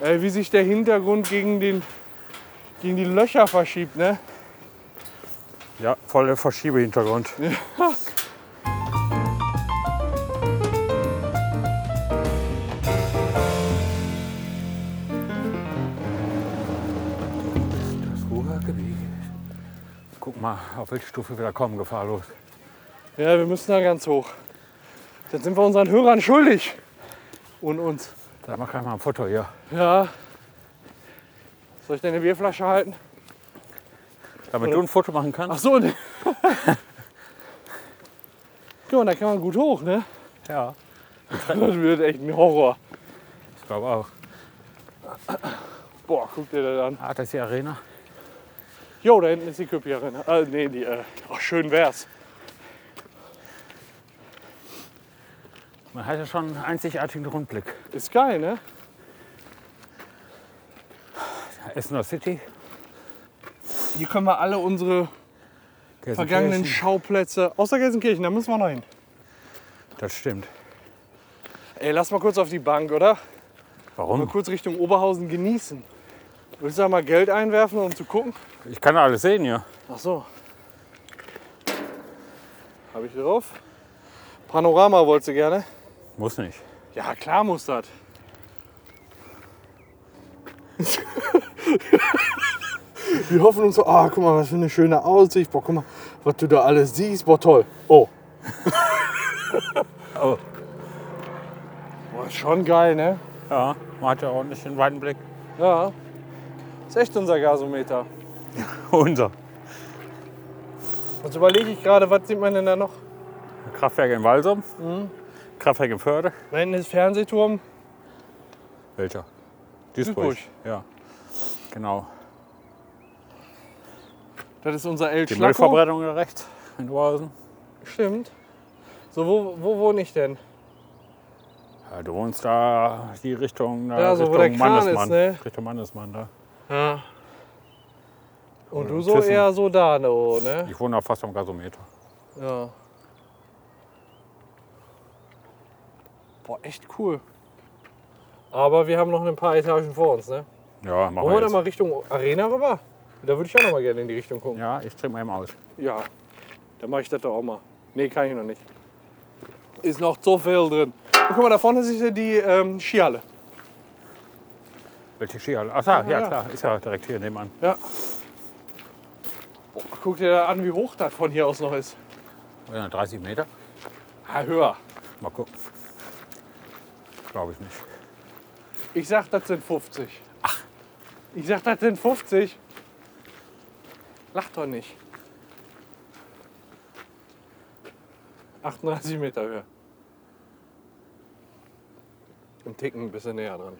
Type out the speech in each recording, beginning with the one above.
äh, wie sich der Hintergrund gegen, den, gegen die Löcher verschiebt. Ne? Ja, voll der Verschiebehintergrund. Das Ruhrgebiet. Guck mal, auf welche Stufe wir da kommen, gefahrlos. Ja, wir müssen da ganz hoch. Das sind wir unseren Hörern schuldig. Und uns. Da mach gleich mal ein Foto hier. Ja. Soll ich deine Bierflasche halten? Damit du ein Foto machen kannst. Ach so. ne. Guck mal, da kann man gut hoch, ne? Ja, Das wird echt ein Horror. ich glaube auch. Boah, guck dir das an. Ah, das ist die Arena. Jo, da hinten ist die Köpierin. Äh, nee, die, äh, ach, schön wär's. Man hat ja schon einen einzigartigen Rundblick. Ist geil, ne? Essener City. Hier können wir alle unsere vergangenen Gelsenkirchen. Schauplätze, außer Gelsenkirchen, da müssen wir noch hin. Das stimmt. Ey, lass mal kurz auf die Bank, oder? Mal Warum? kurz Richtung Oberhausen genießen. Willst du da mal Geld einwerfen, um zu gucken? Ich kann alles sehen hier. Ach so. Habe ich drauf? Panorama wolltest du gerne? Muss nicht. Ja, klar muss das. Wir hoffen uns so, ah, guck mal, was für eine schöne Aussicht. Boah, guck mal, was du da alles siehst. Boah, toll. Oh. Oh. Boah, ist schon geil, ne? Ja, man hat ja ordentlich einen weiten Blick. Ja. Ist echt unser Gasometer. Unser Jetzt überlege ich gerade, was sieht man denn da noch? Kraftwerk in Walsum, Mhm. Kraftwerk in Förde. Da hinten ist Fernsehturm. Welcher? Duisburg. Duisburg. Ja, genau. Das ist unser El Die Schlacko. Müllverbrennung da rechts in Oberhausen. Stimmt. So, wo, wo wohne ich denn? Ja, du wohnst da die Richtung, da Ja, so, wo der Richtung Kran Mannesmann. ist, ne? Richtung Mannesmann da. Ja. Und du Und so Thyssen. eher so da, no, ne? Ich wohne da fast am Gasometer. Ja. Boah, echt cool. Aber wir haben noch ein paar Etagen vor uns, ne? Ja, machen Wollen wir wir da jetzt. mal Richtung Arena rüber? Da würde ich auch noch mal gerne in die Richtung gucken. Ja, ich trinke mal eben aus. Ja. Dann mache ich das doch auch mal. Nee, kann ich noch nicht. Ist noch so viel drin. Und guck mal, da vorne ist ja die ähm, Skihalle. Welche Skihalle? Ach ja, ja. ja, klar. Ist ja direkt hier nebenan. Ja. Boah, guck dir da an, wie hoch das von hier aus noch ist. Ja, 30 Meter. Ah, höher. Mal gucken. Glaube ich nicht. Ich sag, das sind 50. Ach. Ich sag, das sind 50. Lach doch nicht. 38 Meter höher. Im Ticken ein bisschen näher dran.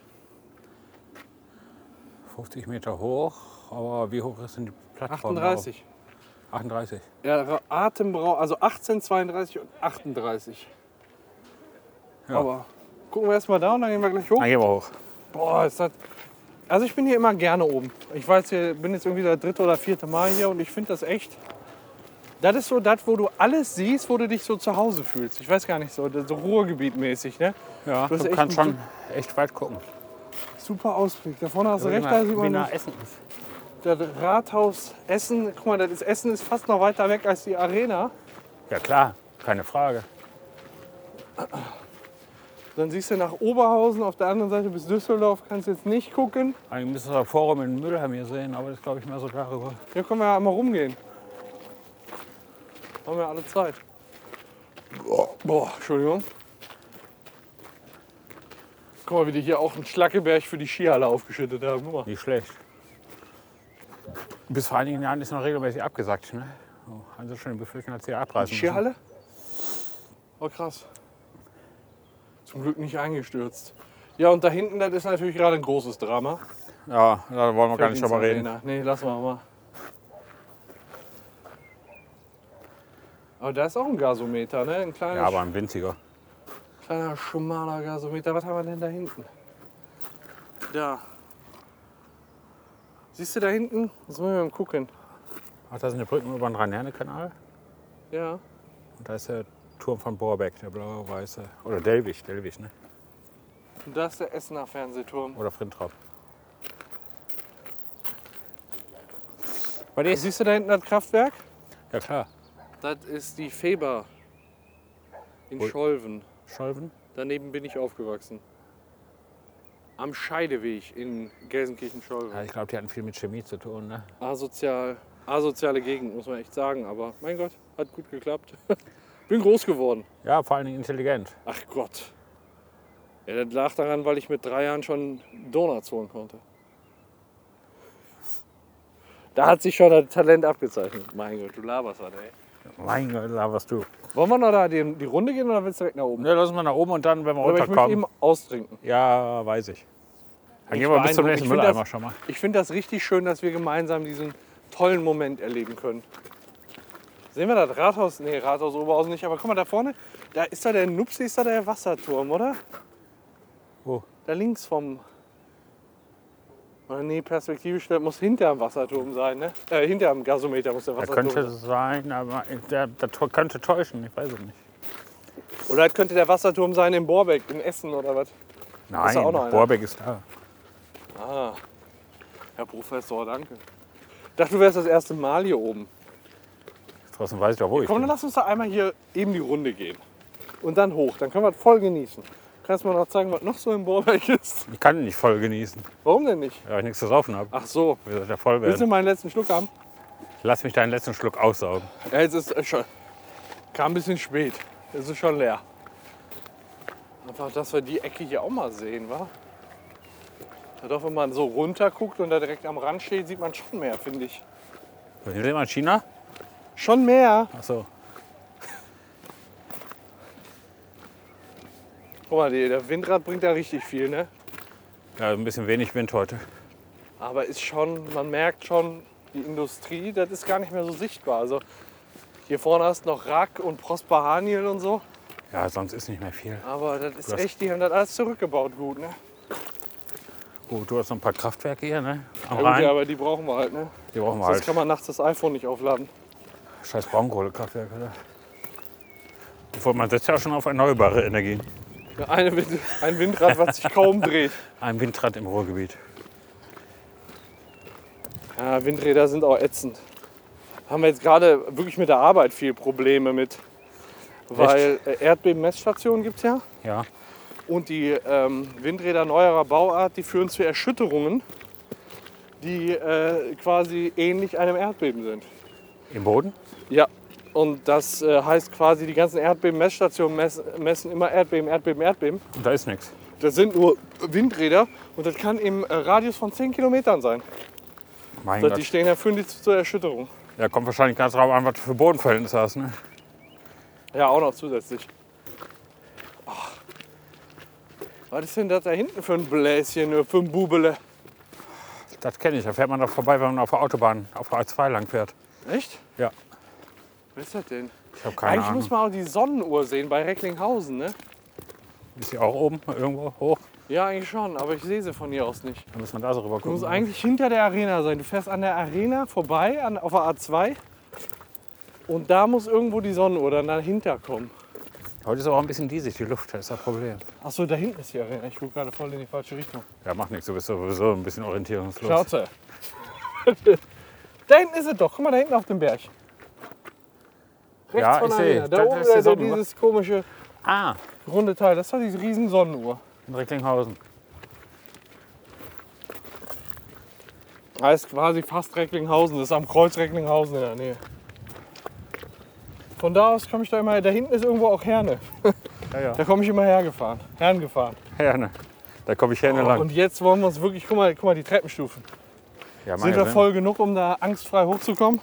50 Meter hoch, aber wie hoch ist denn die Plattform? da oben? 38. 38. Ja, Atembrau, also 18, 32 und 38. Ja. Aber gucken wir erstmal da und dann gehen wir gleich hoch. Na, gehen wir hoch. Boah, ist das. Also ich bin hier immer gerne oben. Ich weiß, ich bin jetzt irgendwie das dritte oder vierte Mal hier und ich finde das echt. Das ist so das, wo du alles siehst, wo du dich so zu Hause fühlst. Ich weiß gar nicht, so, so Ruhrgebietmäßig, ne? Ja, Du hast du echt kannst einen schon echt weit gucken. Super Ausblick. Da vorne hast du Guck recht, mal, da sieht genau. wie man nah das Essen ist. das Rathaus Essen. Guck mal, das ist, Essen ist fast noch weiter weg als die Arena. Ja klar, keine Frage. Dann siehst du nach Oberhausen, auf der anderen Seite bis Düsseldorf kannst du jetzt nicht gucken. Eigentlich müssen wir das Forum in Müllheim hier sehen, aber das glaube ich mehr so darüber. Hier können wir ja einmal rumgehen. Haben wir alle Zeit. Boah, boah Entschuldigung. Guck mal, wie die hier auch einen Schlackeberg für die Skihalle aufgeschüttet haben. Guck mal. Nicht schlecht. Bis vor einigen Jahren ist noch regelmäßig abgesagt. Ne? Oh, haben sie schon den Befürchten, dass sie abreißen Die müssen. Skihalle? Oh, krass. Zum Glück nicht eingestürzt. Ja, und da hinten, das ist natürlich gerade ein großes Drama. Ja, da wollen wir gar nicht drüber reden. Arena. Nee, lass mal mal. Aber da ist auch ein Gasometer, ne? Ein kleines Ja, aber ein winziger. Kleiner schmaler Gasometer. Was haben wir denn da hinten? Da. Siehst du da hinten? Das müssen wir mal gucken. Ach, da sind die Brücken über den Rhein-Herne-Kanal. Ja. Und da ist der Turm von Borbeck, der blau-weiße. Oder Delwig, Delwig, ne? Und da ist der Essener Fernsehturm. Oder Frintrop. Weil jetzt siehst du da hinten das Kraftwerk? Ja klar. Das ist die Feber in Wo- Scholven. Scholven? Daneben bin ich aufgewachsen. Am Scheideweg in Gelsenkirchen-Scholven. Ja, Also ich glaube, die hatten viel mit Chemie zu tun. Ne? Asozial, asoziale Gegend, muss man echt sagen. Aber mein Gott, hat gut geklappt. bin groß geworden. Ja, vor allen Dingen intelligent. Ach Gott. Ja, das lag daran, weil ich mit drei Jahren schon Donuts holen konnte. Da hat sich schon ein Talent abgezeichnet. Mein Gott, du laberst was, ey. Mein Gott, da warst du. Wollen wir noch da die, die Runde gehen oder willst du direkt nach oben? Ne, lass uns mal nach oben und dann, wenn wir Aber ich möchte eben runterkommen. austrinken. Ja, weiß ich. Dann Ich gehen wir bis zum beeindruck- nächsten ich find Mülleimer das- schon mal. Ich finde das richtig schön, dass wir gemeinsam diesen tollen Moment erleben können. Sehen wir das Rathaus? Nee, Rathaus Oberhausen nicht. Aber guck mal, da vorne, da ist da der Nupsi, ist da der Wasserturm, oder? Wo? Da links vom. Oder nee, perspektivisch, das muss hinter dem Wasserturm sein, ne? Äh, hinter dem Gasometer muss der Das Wasserturm könnte sein. sein, aber der, der Tor könnte täuschen, ich weiß es nicht. Oder das könnte der Wasserturm sein in Borbeck, in Essen oder was? Nein, auch noch einer? Borbeck ist da. Ah, Herr Professor, danke. Ich dachte, du wärst das erste Mal hier oben. Draußen weiß ich doch, wo ich Komm, dann bin. lass uns da einmal hier eben die Runde gehen. Und dann hoch, dann können wir das voll genießen. Kannst du mir noch zeigen, was noch so im Borbeck ist? Ich kann ihn nicht voll genießen, Warum denn nicht? weil ich nichts zu saufen habe. Ach so, Wir sind ja voll willst du werden. meinen letzten Schluck haben? Lass mich deinen letzten Schluck aussaugen. Ja, jetzt ist äh, schon. Kam ein bisschen spät. Es ist schon leer. Einfach, dass wir die Ecke hier auch mal sehen, wa? Ja, Doch, wenn man so runter guckt und da direkt am Rand steht, sieht man schon mehr, finde ich. Wir sind wir in China? Schon mehr. Achso. Guck mal, die- der Windrad bringt da richtig viel, ne? Ja, ein bisschen wenig Wind heute. Aber ist schon, man merkt schon, die Industrie, das ist gar nicht mehr so sichtbar. Also hier vorne hast du noch Rack und Prosper Haniel und so. Ja, sonst ist nicht mehr viel. Aber das ist Das- echt, die haben das alles zurückgebaut gut, ne? Gut, Oh, du hast noch ein paar Kraftwerke hier, ne? Am Ja, gut, ja, Rhein. aber die brauchen wir halt, ne? Die brauchen wir Sonst kann halt. man nachts das iPhone nicht aufladen. Scheiß Braunkohlekraftwerke, oder? Obwohl, man setzt ja auch schon auf erneuerbare Energien. Eine Wind, ein Windrad, was sich kaum dreht. Ein Windrad im Ruhrgebiet. Ja, Windräder sind auch ätzend. Haben wir jetzt gerade wirklich mit der Arbeit viel Probleme mit. Weil äh, Erdbeben-Messstationen gibt es ja. Ja. Und die ähm, Windräder neuerer Bauart, die führen zu Erschütterungen, die äh, quasi ähnlich einem Erdbeben sind. Im Boden? Ja. Und das äh, heißt quasi, die ganzen Erdbeben-Messstationen messen, messen immer Erdbeben, Erdbeben, Erdbeben. Und da ist nichts. Das sind nur Windräder und das kann im äh, Radius von 10 Kilometern sein. Mein Das- Gott. Die stehen ja für die zur Erschütterung. Ja, kommt wahrscheinlich ganz drauf an, was du für Bodenverhältnisse hast, ne? Ja, auch noch zusätzlich. Ach. Was ist denn das da hinten für ein Bläschen, für ein Bubele? Das kenne ich. Da fährt man doch vorbei, wenn man auf der Autobahn auf der A2 lang fährt. Echt? Ja. Was ist das denn? Ich habe keine Eigentlich Ahnung. muss man auch die Sonnenuhr sehen bei Recklinghausen, ne? Ist die auch oben irgendwo hoch? Ja, eigentlich schon, aber ich sehe sie von hier aus nicht. Dann muss man da so rüber gucken. Du musst eigentlich hinter der Arena sein. Du fährst an der Arena vorbei, an, auf der A2. Und da muss irgendwo die Sonnenuhr dann dahinter kommen. Heute ist aber auch ein bisschen diesig, die Luft, das ist das Problem. Achso, da hinten ist die Arena. Ich gucke gerade voll in die falsche Richtung. Ja, macht nichts, du bist sowieso ein bisschen orientierungslos. Schnauze. da hinten ist es doch. Guck mal, da hinten auf dem Berg. Rechts Ja, von ich der seh. Arena. Da Da- da oben ist die ist da, Sonnenuhr. dieses komische Ah, runde Teil. Das war diese riesen Sonnenuhr. in Recklinghausen. Da ist quasi fast Recklinghausen. Das ist am Kreuz Recklinghausen in der Nähe. Von da aus komme ich da immer. Da hinten ist irgendwo auch Herne. Ja, ja. Da komme ich immer hergefahren. Herren gefahren. Herne. ne. Da komme ich Herne lang. und jetzt wollen wir uns wirklich. Guck mal, guck mal die Treppenstufen. Ja, Sind wir voll genug, um da angstfrei hochzukommen?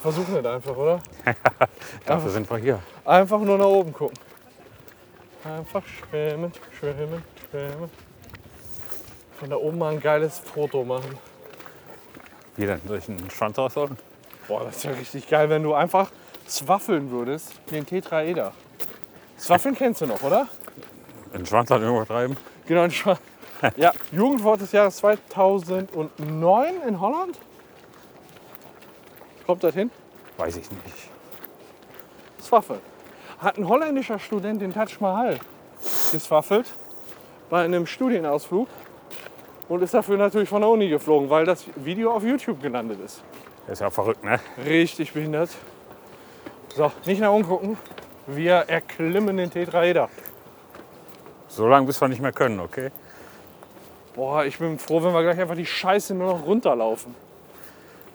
Versuchen wir das einfach, oder? Dafür sind wir hier. Einfach nur nach oben gucken. Einfach schwimmen, schwimmen, schwimmen. Von da oben mal ein geiles Foto machen. Wie denn? Durch den Schwanz rausholen? Boah, das wäre richtig geil, wenn du einfach swaffeln würdest, den Tetraeder. Swaffeln kennst du noch, oder? Den Schwanz an irgendwo treiben? Genau, ein Schwa- Ja, Jugendwort des Jahres 2009 in Holland. Kommt das hin? Weiß ich nicht. Swaffeln. Hat ein holländischer Student den Taj Mahal geswaffelt bei einem Studienausflug und ist dafür natürlich von der Uni geflogen, weil das Video auf YouTube gelandet ist. Das ist ja verrückt, ne? Richtig behindert. So, nicht nach unten gucken. Wir erklimmen den Tetraeder. So lange, bis wir nicht mehr können, okay? Boah, ich bin froh, wenn wir gleich einfach die Scheiße nur noch runterlaufen.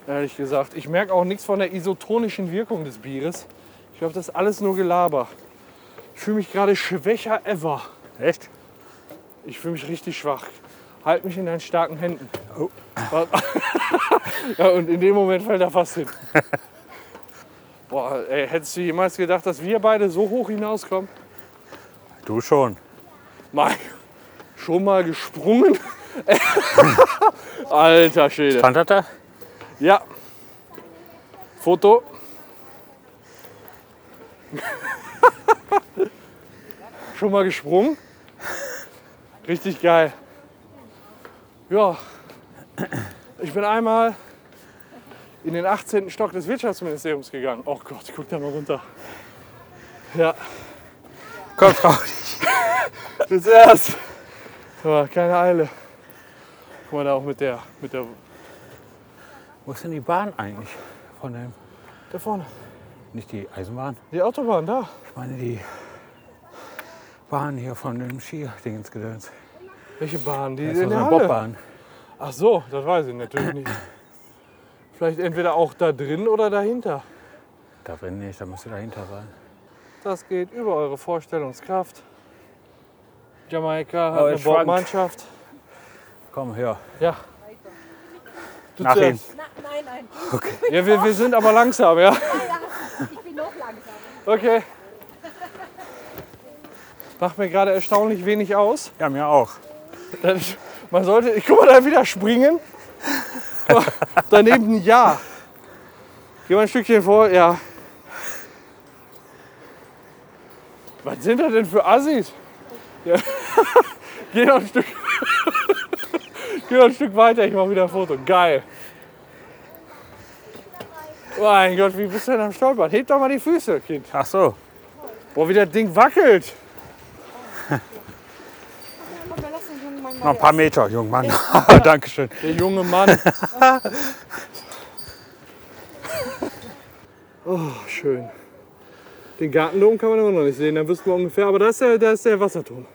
Ehrlich gesagt. Ich merke auch nichts von der isotonischen Wirkung des Bieres. Ich glaube, das ist alles nur Gelaber. Ich fühle mich gerade schwächer ever. Echt? Ich fühle mich richtig schwach. Halt mich in deinen starken Händen. Was- ja, und in dem Moment fällt er fast hin. Boah, ey, hättest du jemals gedacht, dass wir beide so hoch hinauskommen? Du schon. Mein, schon mal gesprungen? Alter Schäde. Stand hat er? Ja. Foto. Schon mal gesprungen? Richtig geil. Ja. Ich bin einmal in den 18. Stock des Wirtschaftsministeriums gegangen. Oh Gott, guck da mal runter. Ja, Komm, trau dich. das erst. Aber keine Eile. Guck mal da auch mit der, mit der Wo ist denn die Bahn eigentlich? Von dem. da vorne. Nicht die Eisenbahn. Die Autobahn da. Ich meine die Bahn hier von dem Ski-Dingensgedöns. Welche Bahn? Die Das ist in so der eine Halle. Bobbahn. Ach so, das weiß ich natürlich nicht. Vielleicht entweder auch da drin oder dahinter. Da drin nicht, da müsste dahinter sein. Das geht über eure Vorstellungskraft. Jamaika hat Oh, eine es schwankt. Bordmannschaft. Komm, her. Ja. Du Nach ihm. zuerst. Na, nein, nein, Ja, wir, wir sind aber langsam, ja. ich bin noch langsam. Okay. Macht mir gerade erstaunlich wenig aus. Ja, mir auch. Das- Man sollte, ich guck mal, da wieder springen. Daneben ja. Geh mal ein Stückchen vor, ja. Was sind das denn für Assis? Ja. Geh noch ein Stück. Geh noch ein Stück weiter, ich mach wieder ein Foto. Geil. Oh Mein Gott, wie bist du denn am Stolpern? Heb doch mal die Füße, Kind. Ach so. Boah, wie das Ding wackelt. Komm, wir lassen den jungen Mann Noch mal. ein paar Meter, Jungmann. Dankeschön. Der junge Mann. oh, schön. Den Gartendom kann man immer noch nicht sehen, dann wüssten wir ungefähr. Aber da ist der, da ist der Wasserturm.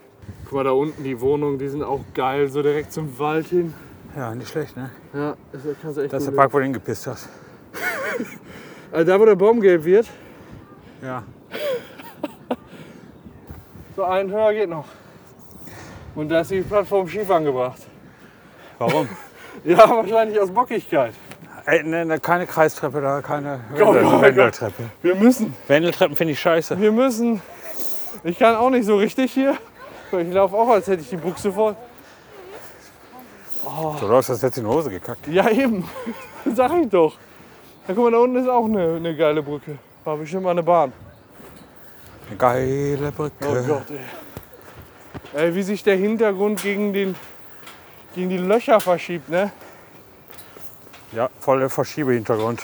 Guck mal, da unten die Wohnungen, die sind auch geil, so direkt zum Wald hin. Ja, nicht schlecht, ne? Ja, das kannst du echt Das ist gut der Park, wo du hingepisst hast. leben. also Da, wo der Baum gelb wird. Ja. So ein höher geht noch. Und da ist die Plattform schief angebracht. Warum? Ja, wahrscheinlich aus Bockigkeit. Ey, ne, ne, keine Kreistreppe da, keine Gott, Wendel- oh Gott. Wendeltreppe. Hm. Wir müssen, Wendeltreppen finde ich scheiße. wir müssen. Ich kann auch nicht so richtig hier. Ich laufe auch, als hätte ich die Buchse voll. Du läufst, als hättest du in die Hose gekackt. Ja, eben. Sag ich doch. Ja, guck mal, da unten ist auch eine, eine geile Brücke. War bestimmt mal eine Bahn. Eine geile Brücke. Oh Gott, ey. Ey, wie sich der Hintergrund gegen, den, gegen die Löcher verschiebt, ne? Ja, voll der Verschiebehintergrund.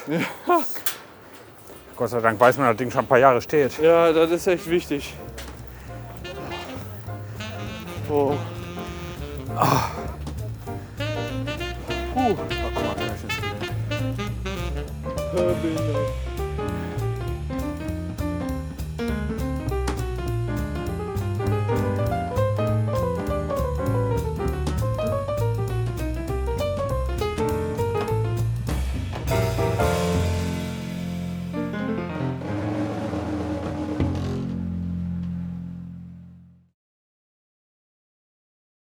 Gott sei Dank weiß man, das Ding schon ein paar Jahre steht. Ja, das ist echt wichtig. Oh. Ah. Puh. Oh, guck mal, da ist jetzt- Verbindung.